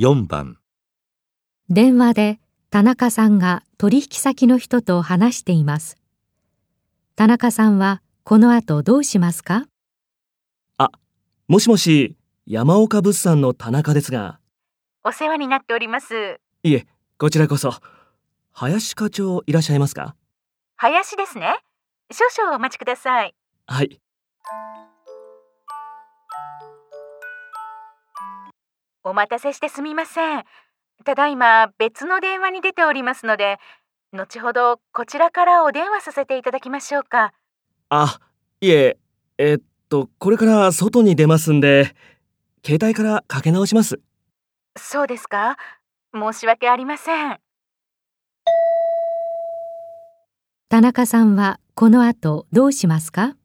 4番電話で田中さんが取引先の人と話しています。田中さんはこの後どうしますかもしもし、山岡物産の田中ですが、お世話になっております。いえ、こちらこそ。林課長いらっしゃいますか林ですね。少々お待ちください。はい。お待たせしてすみません。ただいま別の電話に出ておりますので、後ほどこちらからお電話させていただきましょうか。あ、いえ、えっと、これから外に出ますんで、携帯からかけ直します。そうですか。申し訳ありません。田中さんはこの後どうしますか